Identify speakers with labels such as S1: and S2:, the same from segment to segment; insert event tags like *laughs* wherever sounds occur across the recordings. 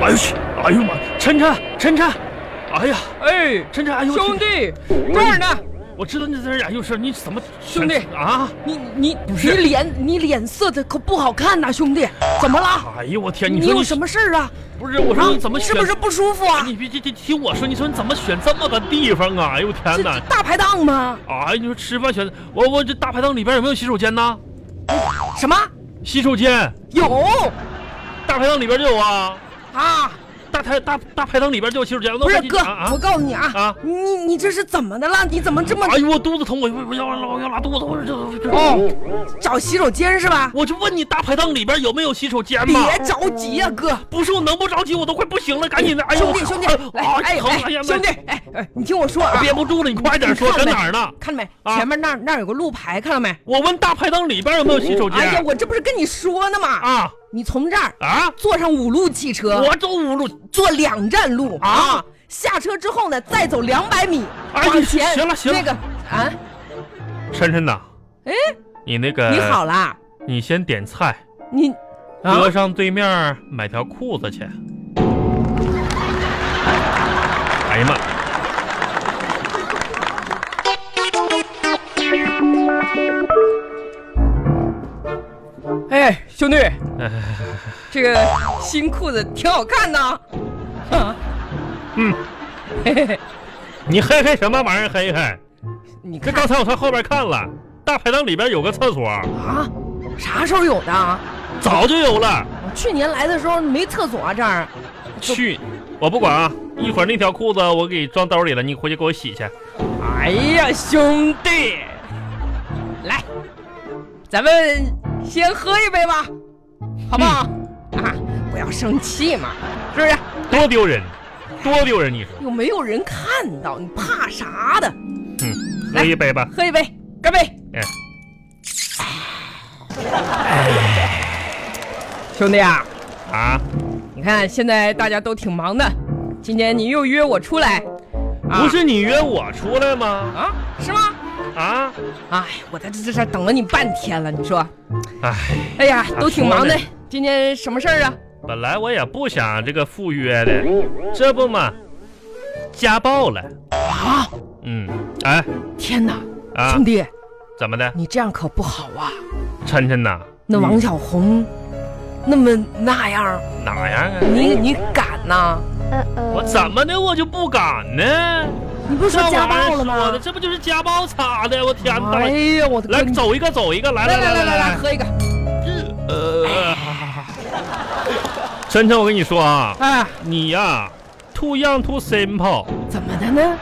S1: 哎呦去！哎呦妈！晨晨，晨晨，哎呀，
S2: 哎，
S1: 晨晨，哎呦，
S2: 兄弟，这儿呢，
S1: 我知道你在这儿，哎呦是，你怎么
S2: 兄弟
S1: 啊？
S2: 你你
S1: 不
S3: 你
S1: 是，
S3: 脸你脸色的可不好看呐、兄弟，怎么了？
S1: 哎呦我天，
S3: 你
S1: 你说
S3: 有
S1: 你
S3: 什么事儿啊？
S1: 不是？我说你怎么
S3: 是不
S1: 选
S3: 是？不舒服啊？
S1: 你别这这听我说，你说你怎么选这么个地方啊？哎呦我天
S3: 这
S1: 哪
S3: 这！大排档吗？
S1: 哎，你说吃饭选我我这大排档里边有没有洗手间呢？
S3: 什么？
S1: 洗手间，
S3: 有
S1: 大排档里边就有啊。
S3: 啊？
S1: 大排大大排档里边就有洗手间，那我
S3: 不是
S1: 赶紧
S3: 哥，
S1: 啊啊
S3: 我告诉你啊
S1: 啊，
S3: 你你这是怎么的了？你怎么这么
S1: 哎呦，我肚子疼，我我我要我要拉肚子，我这这这
S3: 哦，找洗手间是吧？
S1: 我就问你，大排档里边有没有洗手间嘛？
S3: 别着急呀、哥。
S1: 不是我能不着急，我都快不行了，赶紧的！哎呦，
S3: 兄弟，兄弟，来，
S1: 啊
S3: 哎
S1: 疼！哎呀
S3: 哎，兄弟，哎哎，你听我说啊，
S1: 憋不住了，你快点说，
S3: 你看
S1: 在
S3: 没
S1: 哪儿呢？
S3: 看到没？
S1: 啊
S3: 前面那儿那儿有个路牌，看到没？
S1: 我问大排档里边有没有洗手
S3: 哎呀，
S1: 间？
S3: 我这不是跟你说呢吗？
S1: 啊
S3: 你从这儿
S1: 啊！
S3: 坐上五路汽车，
S1: 我走五路
S3: 坐两站路
S1: 啊！
S3: 下车之后呢，再走两百米
S1: 哎
S3: 往前，
S1: 行了行了
S3: 那个啊，
S1: 晨晨呐，
S3: 哎，
S1: 你那个
S3: 你好，啦，
S1: 你先点菜，
S3: 你啊
S1: 哥上对面买条裤子去。哎呀妈！
S2: 哎，兄弟，
S1: 哎
S3: *laughs* 这个新裤子挺好看的啊， *laughs* 啊
S1: 嗯，
S3: 嘿嘿嘿，
S1: 你嘿嘿什么玩意儿嘿嘿？
S3: 你
S1: 这刚
S3: 看
S1: 才我上后边看了，大排档里边有个厕所，
S3: 啊，啥时候有的啊？
S1: 早就有了。
S3: 我去年来的时候没厕所啊，这儿
S1: 去，我不管啊！一会儿那条裤子我给装兜里了，你回去给我洗去。
S2: 哎呀，兄弟，来，咱们先喝一杯吧，好不好？
S1: 嗯
S3: 啊，不要生气嘛，
S2: 是不是？
S1: 多丢人，多丢人！你说，
S3: 又没有人看到，你怕啥的？
S1: 嗯，喝一杯吧。
S2: 喝一杯，干杯！
S1: 哎，
S2: 兄弟啊，
S1: 啊，
S2: 你看现在大家都挺忙的，今天你又约我出来，啊
S1: 不是你约我出来吗？
S2: 啊？是吗？
S1: 啊，
S2: 哎，我在这这这等了你半天了，你说，
S1: 哎，
S2: 哎呀，都挺忙
S1: 咋
S2: 的
S1: 说，
S2: 今天什么事儿啊？
S1: 本来我也不想这个赴约的，这不嘛，家暴了。
S3: 啊，
S1: 嗯，哎，
S3: 天哪，
S1: 啊
S3: 兄，弟，
S1: 怎么的？
S3: 你这样可不好啊！
S1: 晨晨呐，
S3: 那王小红那么那样，
S1: 哪样啊？
S3: 你你敢呐？
S1: 我怎么的我就不敢呢？
S3: 你不是说家暴了
S1: 这玩意儿说
S3: 吗
S1: 的？这不就是家暴咋的？我天哪！
S3: 哎呀，我的
S1: 来
S3: 哥，你
S1: 走一个，走一个，来
S2: 来
S1: 来
S2: 来
S1: 来
S2: 来
S1: 来
S2: 来，
S1: 来，
S2: 喝一个，
S1: 呃，晨晨，我跟你说啊，
S2: 哎，
S1: 你呀、too young too simple，
S3: 怎么的呢？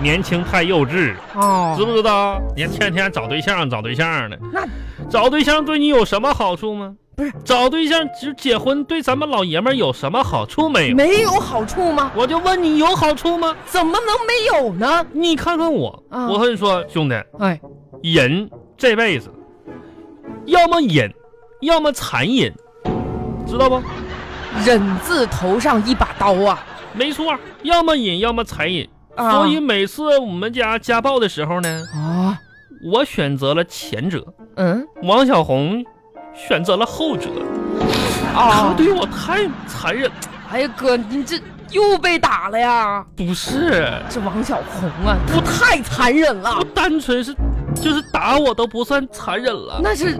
S1: 年轻太幼稚，知
S3: 哦，
S1: 不知道？你还天天找对象，找对象的，
S3: 那
S1: 找对象对你有什么好处吗？
S3: 不是，
S1: 找对象只结婚对咱们老爷们儿有什么好处没有？
S3: 没有好处吗？
S1: 我就问你有好处吗？
S3: 怎么能没有呢？
S1: 你看看我，
S3: 啊
S1: 我跟你说，兄弟，
S3: 哎，
S1: 人这辈子，要么忍，要么残忍，知道不？
S3: 忍字头上一把刀啊！
S1: 没错，要么忍，要么残忍。
S3: 啊
S1: 所以每次我们家家暴的时候呢，
S3: 啊，
S1: 我选择了前者，
S3: 嗯，
S1: 王小红选择了后者。他
S3: 啊，
S1: 对我太残忍，
S3: 哎呀哥，你这又被打了呀！
S1: 不是，
S3: 这王小红啊，她太残忍了
S1: 不，单纯是，就是打我都不算残忍了。
S3: 那是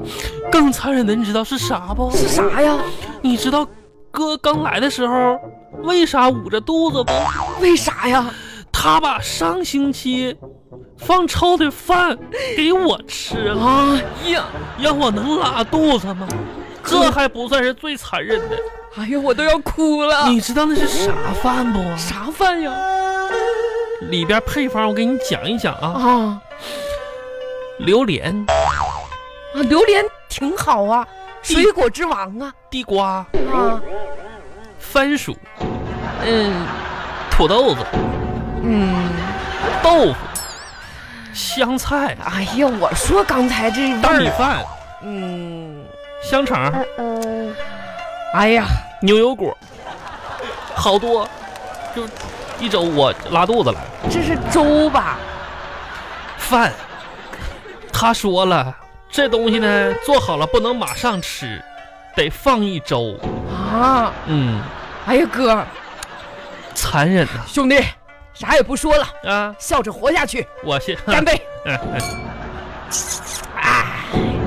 S1: 更残忍的你知道是啥不？
S3: 是啥呀？
S1: 你知道哥刚来的时候为啥捂着肚子不？
S3: 为啥呀？
S1: 他把上星期放臭的饭给我吃了。
S3: 啊，
S1: 呀，让我能拉肚子吗？这还不算是最残忍的，
S2: 哎呀，我都要哭了。
S1: 你知道那是啥饭不？
S3: 啊啥饭呀？
S1: 里边配方我给你讲一讲啊，
S3: 啊
S1: 榴莲、
S3: 啊，榴莲挺好啊，
S2: 哎
S3: 水果之王啊
S1: 地瓜、
S3: 啊，
S1: 番薯、
S3: 嗯
S1: 土豆子、
S3: 嗯，
S1: 豆腐、香菜、
S3: 哎呀，我说刚才这味
S1: 大米
S3: 儿，
S1: 饭、
S3: 嗯，
S1: 香肠、
S3: 哎呀，
S1: 牛油果，好多，就一周我拉肚子了。
S3: 这是粥吧？
S1: 饭，他说了，这东西呢做好了不能马上吃，得放一周。
S3: 啊，
S1: 嗯，
S3: 哎呀哥，
S1: 残忍呐
S2: 兄弟，啥也不说了，
S1: 啊！
S2: 笑着活下去，
S1: 我先
S2: 干杯！
S1: 哎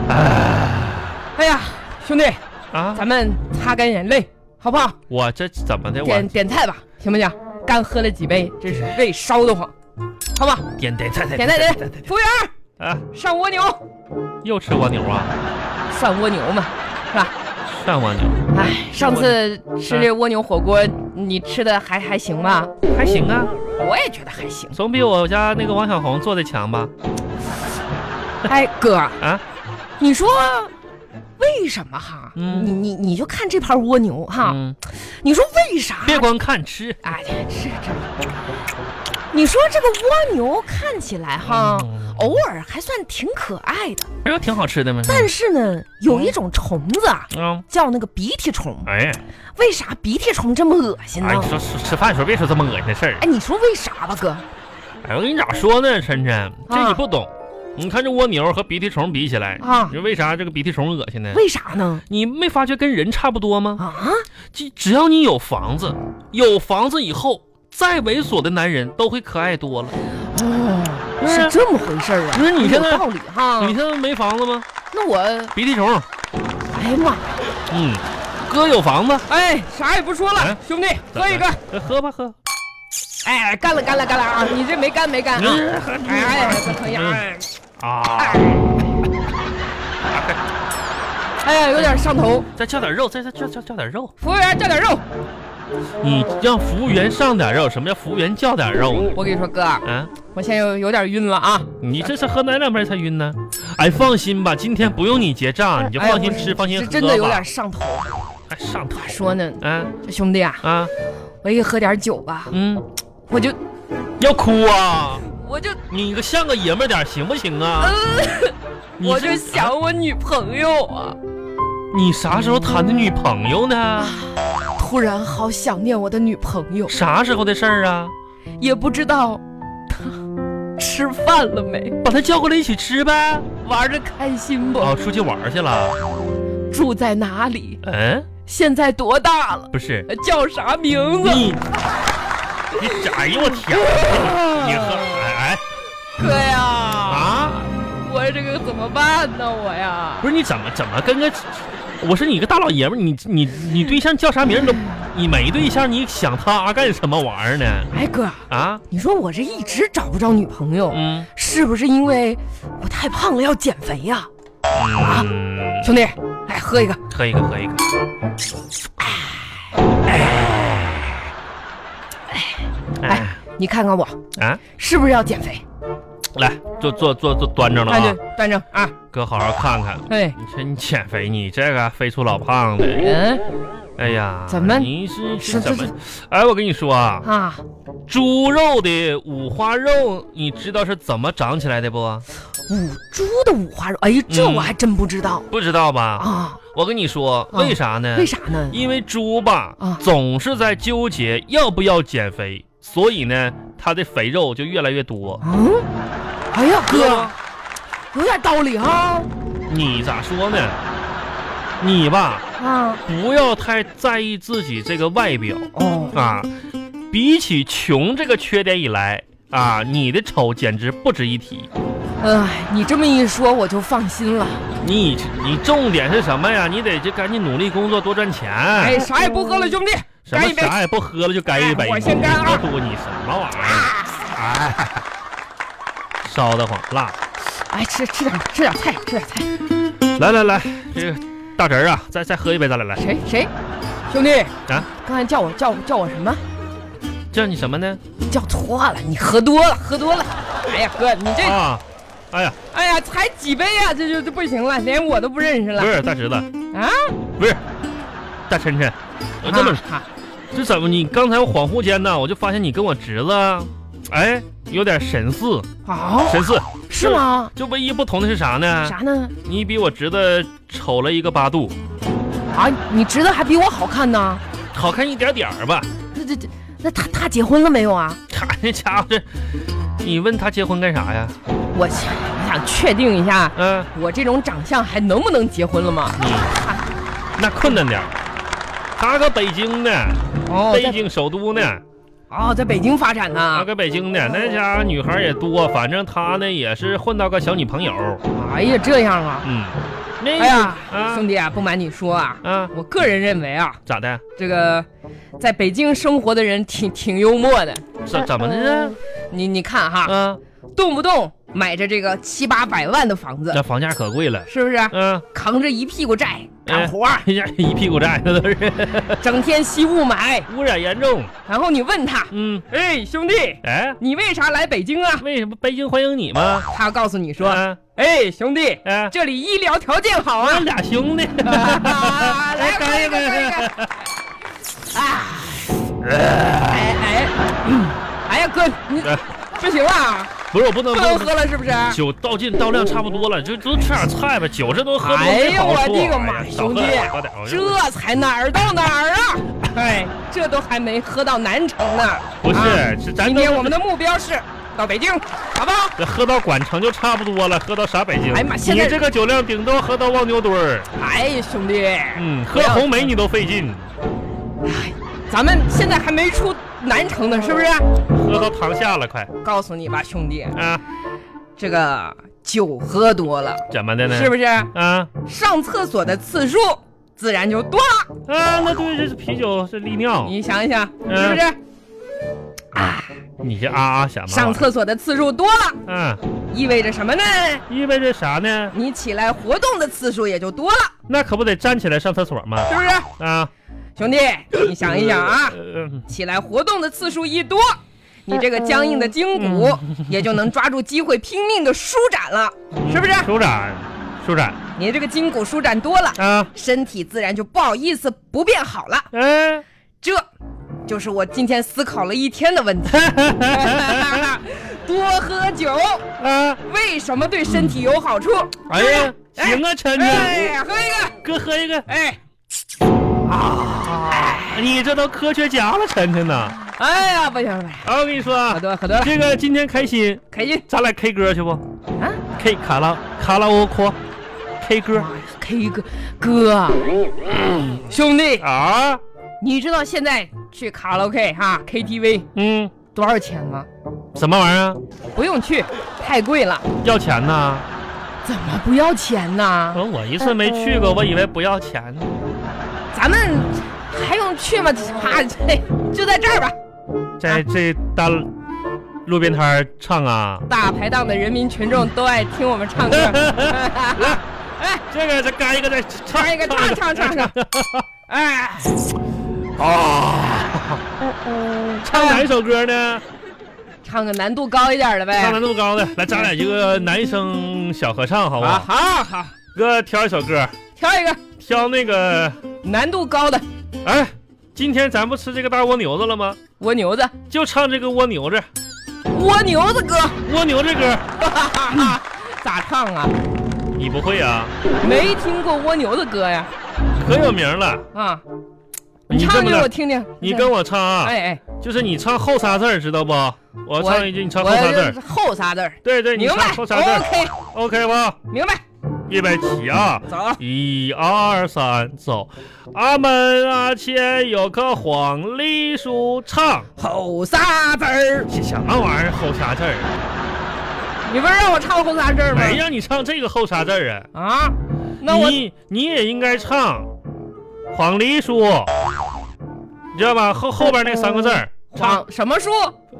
S1: 哎
S2: 哎呀，兄弟，
S1: 啊！
S2: 咱们擦干眼泪，好不好？
S1: 我这怎么的？我
S2: 点点菜吧，行不行？刚喝了几杯，真是胃烧得慌，好吧？
S1: 点点菜菜
S2: 点菜点菜，服务员
S1: 啊！
S2: 上蜗牛，
S1: 又吃蜗牛啊？
S2: 涮蜗牛嘛，是吧？
S1: 上蜗牛
S2: 哎，上次吃这蜗牛火锅，你吃的还还行吧？
S1: 还行啊，
S2: 我也觉得还行。
S1: 总比我家那个王小红做的强吧？
S2: 哎，哥
S1: 啊，
S2: 你说
S3: 为什么哈？
S1: 嗯
S3: 你你你就看这盘蜗牛哈，
S1: 嗯，
S3: 你说为啥？
S1: 别光看吃
S3: 哎呀，是这。你说这个蜗牛看起来哈，
S1: 嗯
S3: 偶尔还算挺可爱的，
S1: 不是挺好吃的吗？
S3: 但是呢，有一种虫子啊，
S1: 嗯，
S3: 叫那个鼻涕虫。
S1: 哎
S3: 为啥鼻涕虫这么恶心呢
S1: 哎，？你说吃吃饭的时候别说这么恶心的事儿
S3: 哎，。你说为啥吧，哥？
S1: 哎，我跟你咋说呢，晨晨，这你
S3: 啊
S1: 不懂。你看这蜗牛和鼻涕虫比起来
S3: 啊
S1: 你说为啥这个鼻涕虫恶心呢？
S3: 为啥呢？
S1: 你没发觉跟人差不多吗？
S3: 啊，
S1: 只只要你有房子，有房子以后，再猥琐的男人都会可爱多了。
S3: 哦，
S1: 是
S3: 是这么回事儿啊？
S1: 不是你现在
S3: 有道理哈。
S2: 啊
S1: 你现在没房子吗？
S3: 那我，
S1: 鼻涕虫，
S3: 哎呀妈，
S1: 嗯，哥有房子，
S2: 哎，啥也不说
S1: 哎
S2: 了，兄弟喝一个。
S1: 来喝吧喝。
S2: 哎，干了干了干了啊！你这没干没干啊！
S1: 嗯喝
S2: 哎哎，不可以啊！哎
S1: 啊，
S2: 哎呀，有点上头。
S1: 再叫点肉，再再叫叫叫点肉。
S2: 服务员，叫点肉。
S1: 你让服务员上点肉，什么叫服务员叫点肉呢？
S2: 我跟你说，哥，
S1: 啊，
S2: 我现在有有点晕了啊！
S1: 你这是喝哪两杯才晕呢？ *laughs* 哎，放心吧，今天不用你结账，你就
S2: 哎
S1: 放心
S2: 我
S1: 吃，放心喝
S3: 这
S1: 吧。
S3: 真的有点上头。
S1: 哎上头
S3: 咋。说呢？
S1: 啊
S3: 这兄弟啊，
S1: 啊
S3: 我也喝点酒吧，
S1: 嗯，
S3: 我就
S1: 要哭啊！
S2: 我就
S1: 你个像个爷们儿点儿行不行啊？
S3: 呃
S1: 你
S2: 我
S1: 是啊
S2: 就想我女朋友啊！
S1: 你啥时候谈的女朋友
S3: 啊
S1: 呢？
S3: 突然好想念我的女朋友，
S1: 啥时候的事儿啊？
S3: 也不
S2: *laughs*
S3: 知道她吃饭了没，
S1: 把她叫过来一起吃呗。
S3: 玩的开心不？
S1: 哦，出去玩儿去了。
S3: 住在哪里？
S1: 嗯，
S3: 现在多大了？
S1: 不是
S2: 叫啥名字？
S1: 你，你这哎呦我天！你喝哎
S2: 哥
S1: 哎
S2: 呀，
S1: 啊？
S2: 我这个怎么办呢？我呀，
S1: 不是你怎么怎么跟个？我说你个大老爷们儿，你你你对象叫啥名儿都，你没对象，你想他干什么玩意儿呢？
S3: 哎哥，
S1: 啊？
S3: 你说我这一直找不着女朋友，
S1: 嗯
S3: 是不是因为我太胖了要减肥呀、
S1: 嗯，
S3: 兄弟，来喝一个。
S1: 喝一个喝一个。哎
S3: 你看看我
S1: 哎啊！
S3: 是不是要减肥？
S1: 来，坐坐坐坐端着了
S3: 哎
S2: 看
S1: 啊
S2: 着！端正啊！
S1: 哥，好好看看。
S2: 哎，
S1: 你说你减肥，你这个飞出老胖子，
S2: 嗯，
S1: 哎呀，
S3: 怎么
S1: 你是是
S3: 是
S1: 怎么
S3: 这？
S1: 哎，我跟你说啊，
S3: 啊，
S1: 猪肉的五花肉，你知道是怎么长起来的不？
S3: 五猪的五花肉，哎，这
S1: 嗯
S3: 我还真不知道、
S1: 不知道吧？
S3: 啊，
S1: 我跟你说，
S3: 啊
S1: 为啥
S2: 嗯
S1: 呢？
S3: 为？啥呢？
S1: 因为猪吧
S3: 啊，
S1: 总是在纠结要不要减肥，所以呢，它的肥肉就越来越多。
S3: 嗯，哎呀，哥
S1: 哥，，
S3: 有点道理哈、
S1: 你咋说呢？你吧，
S3: 啊。
S1: 不要太在意自己这个外表。
S3: 哦，
S1: 啊，比起穷这个缺点以来啊，你的丑简直不值一提。
S3: 哎，你这么一说我就放心了。
S1: 你你重点是什么呀？你得就赶紧努力工作，多赚钱。
S2: 哎，啥也不喝了，兄弟，
S1: 什么
S2: 干一杯
S1: 啥也不喝了就干一杯，
S2: 哎我先干啊
S1: 你嘟你什么玩意儿？哎，烧得慌，辣。
S3: 哎，吃吃点吃点菜，吃点菜。
S1: 来来来，这个大侄儿啊，再再喝一杯，咱俩来。
S3: 谁谁
S2: 兄弟，
S1: 啊
S3: 刚才叫我叫我叫我什么？
S1: 叫你什么呢？
S3: 叫错了，你
S2: 喝多了，喝多了。哎呀，哥，你这，
S1: 啊，哎呀，
S2: 哎呀，才几杯呀，这就这不行了，连我都不认识了
S1: 不是大侄子，
S2: 啊！
S1: 不是大晨晨，我这么说。
S2: 啊
S1: 这怎么？你刚才我恍惚间呢，我就发现你跟我侄子，哎，有点神似，
S2: 啊
S3: 哦，
S1: 神似。
S3: 是吗？
S1: 就唯一不同的是啥呢？
S3: 啥呢？
S1: 你比我侄子丑了一个八度，
S3: 啊，你侄子还比我好看呢。
S1: 好看一点点儿吧。
S3: 那这这，那他他结婚了没有啊？
S1: 他那家伙这，你问他结婚干啥呀？
S2: 我想我想确定一下，
S1: 嗯、
S2: 我这种长相还能不能结婚了吗？
S1: 你那困难点儿。他搁北京呢，
S3: 哦，
S1: 北
S3: 在
S1: 京首都呢，
S3: 哦，在北京发展
S1: 他
S3: 呢。
S1: 搁北京呢，那家伙女孩也多，反正他呢也是混到个小女朋友，
S3: 哎呀，这样啊！
S1: 嗯，那个
S3: 哎呀，
S1: 啊
S3: 兄弟啊，不瞒你说啊，
S1: 啊，
S3: 我个人认为啊，
S1: 咋的？
S3: 这个在北京生活的人挺挺幽默的。
S1: 怎怎么的呢？
S3: 你你看哈，
S1: 啊，
S3: 动不动买着这个七八百万的房子，
S1: 那房价可贵了，
S3: 是不是？
S1: 嗯、啊， *laughs*
S3: 扛着一屁股债干活儿，
S1: 一下一屁股债，那都是
S3: 整天吸雾霾。
S1: 污染严重，
S3: 然后你问他，
S1: 嗯，
S3: 哎，兄弟，
S1: 哎，
S3: 你为啥来北京啊？
S1: 为什么北京欢迎你吗？
S3: 他告诉你说，
S1: 啊，
S3: 哎，兄弟，
S1: 哎，
S3: *laughs* 这里医疗条件好
S1: 俺 *laughs*
S3: 啊。
S1: 俩兄
S3: *laughs*
S1: 弟，哎
S3: 啊来，
S1: 干
S3: 干
S1: 一
S3: 一个，
S1: 干
S3: 干一个。啊，哎哎，嗯哎呀哥，你
S1: 哎
S3: 不行啊，
S1: 不是我不能
S3: 不
S1: 不
S3: 能
S1: 能
S3: 喝了是不是？
S1: 酒倒尽倒量差不多了，就都吃点菜吧，酒这都喝多
S3: 哎呦
S1: 没好处
S3: 我的个妈
S1: 哎呀
S3: 兄弟
S1: 少喝点少喝点我就
S3: 这才哪儿到哪儿啊！哎，这都还没喝到南城呢。
S1: 不
S3: 啊
S1: 是，是咱
S3: 今
S1: 都
S3: 天我们的目标是到北京，好不好？
S1: 这喝到管城就差不多了，喝到啥北京？
S3: 哎呀妈现在
S1: 你这个酒量顶多喝到望牛墩儿，
S3: 哎呀，兄弟，
S1: 嗯，
S3: 不
S1: 喝
S3: 要
S1: 红梅你都费劲，
S3: 咱们现在还没出南城呢，是不是？
S1: 喝到堂下了快
S3: 告诉你吧，兄弟，
S1: 啊，
S3: 这个酒喝多了，
S1: 怎么的呢？
S3: 是不是
S1: 啊
S3: 上厕所的次数自然就多了？
S1: 啊，那对，这是啤酒是利尿，
S3: 你想一想，
S1: 嗯
S3: 是不是？啊，
S1: 你这啊啊想嘛？
S3: 上厕所的次数多了，
S1: 啊，
S3: 意味着什么呢？
S1: 意味着啥呢？
S3: 你起来活动的次数也就多了，
S1: 那可不得站起来上厕所吗？
S3: 是不是？
S1: 啊，
S3: 兄弟，你想一
S1: *laughs*
S3: 想啊，
S1: 呃，
S3: 起来活动的次数一多，你这个僵硬的筋骨 *laughs* 也就能抓住机会拼命的舒展了，是不是？
S1: 呃舒展，舒展
S3: 你这个筋骨舒展多了，
S1: 啊，
S3: 身体自然就不好意思不变好了。
S1: 哎。 *laughs*
S3: 这，就是我今天思考了一天的问题。 *laughs* 多喝酒
S1: 啊，
S3: 为什么对身体有好处？
S1: 哎呀，行啊，陈
S3: 哎，
S1: 子，
S3: 喝一个，
S1: 哥喝一个，
S3: 哎，
S1: 你这都科学家了，晨晨呐。
S3: 哎呀，不行不行，
S1: 啊，我跟你说
S3: 喝
S1: 啊，
S3: 多了喝多了，
S1: 这个今天开心，
S3: 开心
S1: 咱俩 K 歌去不
S3: 啊
S1: ？K 卡拉卡拉 OK K 歌
S3: 妈呀！K 哥，哥，啊兄弟，
S1: 啊，
S3: 你知道现在去卡拉 OK 哈 KTV
S1: 嗯，
S3: 多少钱吗？
S1: 什么玩意儿？啊
S3: 不用去，太贵了。
S1: 要钱呐？
S3: 怎么不要钱呢？
S1: 嗯，我一次没去过，我以为不要钱呢。
S3: 咱们还用去吗？啪，这就在这儿吧。啊
S1: 在这大路边摊儿唱啊，
S3: 大排档的人民群众都爱听我们唱歌。
S1: *laughs*
S3: *laughs*
S1: 来
S3: 哎，
S1: 这个再干一个再唱
S3: 唱一个，唱唱唱唱。哎，
S1: *laughs* 啊，
S3: *laughs*
S1: 唱哪一首歌呢？
S3: 哎唱个难度高一点的
S1: 唱
S3: 呗
S1: 难。度高的，来，咱俩一个男生小合唱，好不
S3: 啊，
S1: 好？
S3: 好好，
S1: 哥挑一首歌，
S3: 挑一个
S1: 挑那个，
S3: 难度高的
S1: 哎，今天咱不吃这个大蜗牛子了吗？
S3: 蜗牛子，
S1: 就唱这个蜗牛子，
S3: 蜗牛子歌，
S1: 蜗牛这歌，
S3: 咋唱啊？
S1: 你不会啊？
S3: 没听过蜗牛的歌呀？
S1: 可有名了。
S3: 啊，
S1: 你这
S3: 唱
S1: 么
S3: 给我
S1: 的，
S3: 听听。
S1: 你跟我唱啊，
S3: 哎哎，
S1: 就是你唱后仨字儿，知道不？我唱一句，你唱后仨字
S3: 我
S1: 儿。
S3: 后仨字儿，
S1: 对对，你
S3: 明白哦
S1: 唱后仨字儿
S3: ？OK，
S1: ，OK 吧？
S3: 明白。
S1: 预备起啊！
S3: 走了。
S1: 一二三，走！阿门阿谦有棵黄梨树，唱。
S3: 后仨字儿，
S1: 这什么玩意儿后仨字儿？
S3: 你不是让我唱后仨字儿吗？
S1: 没让你唱这个后仨字儿啊！
S3: 啊，那我
S1: 你你也应该唱黄梨树，你知道吧？后后边那三个字儿唱。
S3: 黄什么树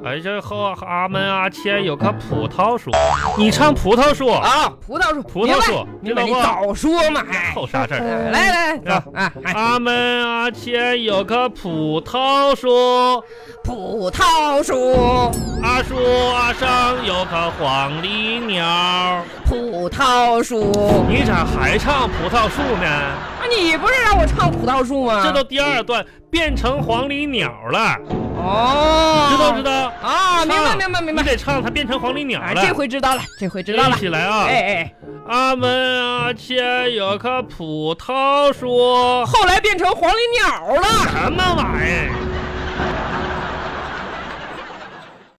S1: 哎，这后阿门阿谦有棵葡萄树，你唱葡萄树，
S3: 啊？葡萄树，
S1: 葡萄树
S3: 明白，明白
S1: 知
S3: 你
S1: 道不
S3: 早说嘛！哎，
S1: 后仨字儿。
S3: 来来来，
S1: 啊
S3: 走啊！哎，
S1: 阿门阿谦有棵葡萄树，
S3: 葡萄树，
S1: 阿树阿上有棵黄鹂鸟。
S3: 葡萄树，
S1: 你咋还唱葡萄树呢？
S3: 啊你不是让我唱葡萄树吗？
S1: 这都第二段变成黄鹂鸟了，
S3: 哦，
S1: 知道不知道？
S3: 啊，明白
S1: 唱
S3: 明白明
S1: 你
S3: 白。
S1: 得唱它变成黄鹂鸟
S3: 啊，
S1: 了。
S3: 这回知道了，这回知道
S1: 一
S3: 了。
S1: 起来啊！
S3: 哎哎，
S1: 阿门阿谦有棵葡萄树，
S3: 后来变成黄鹂鸟了。
S1: 什么玩意儿？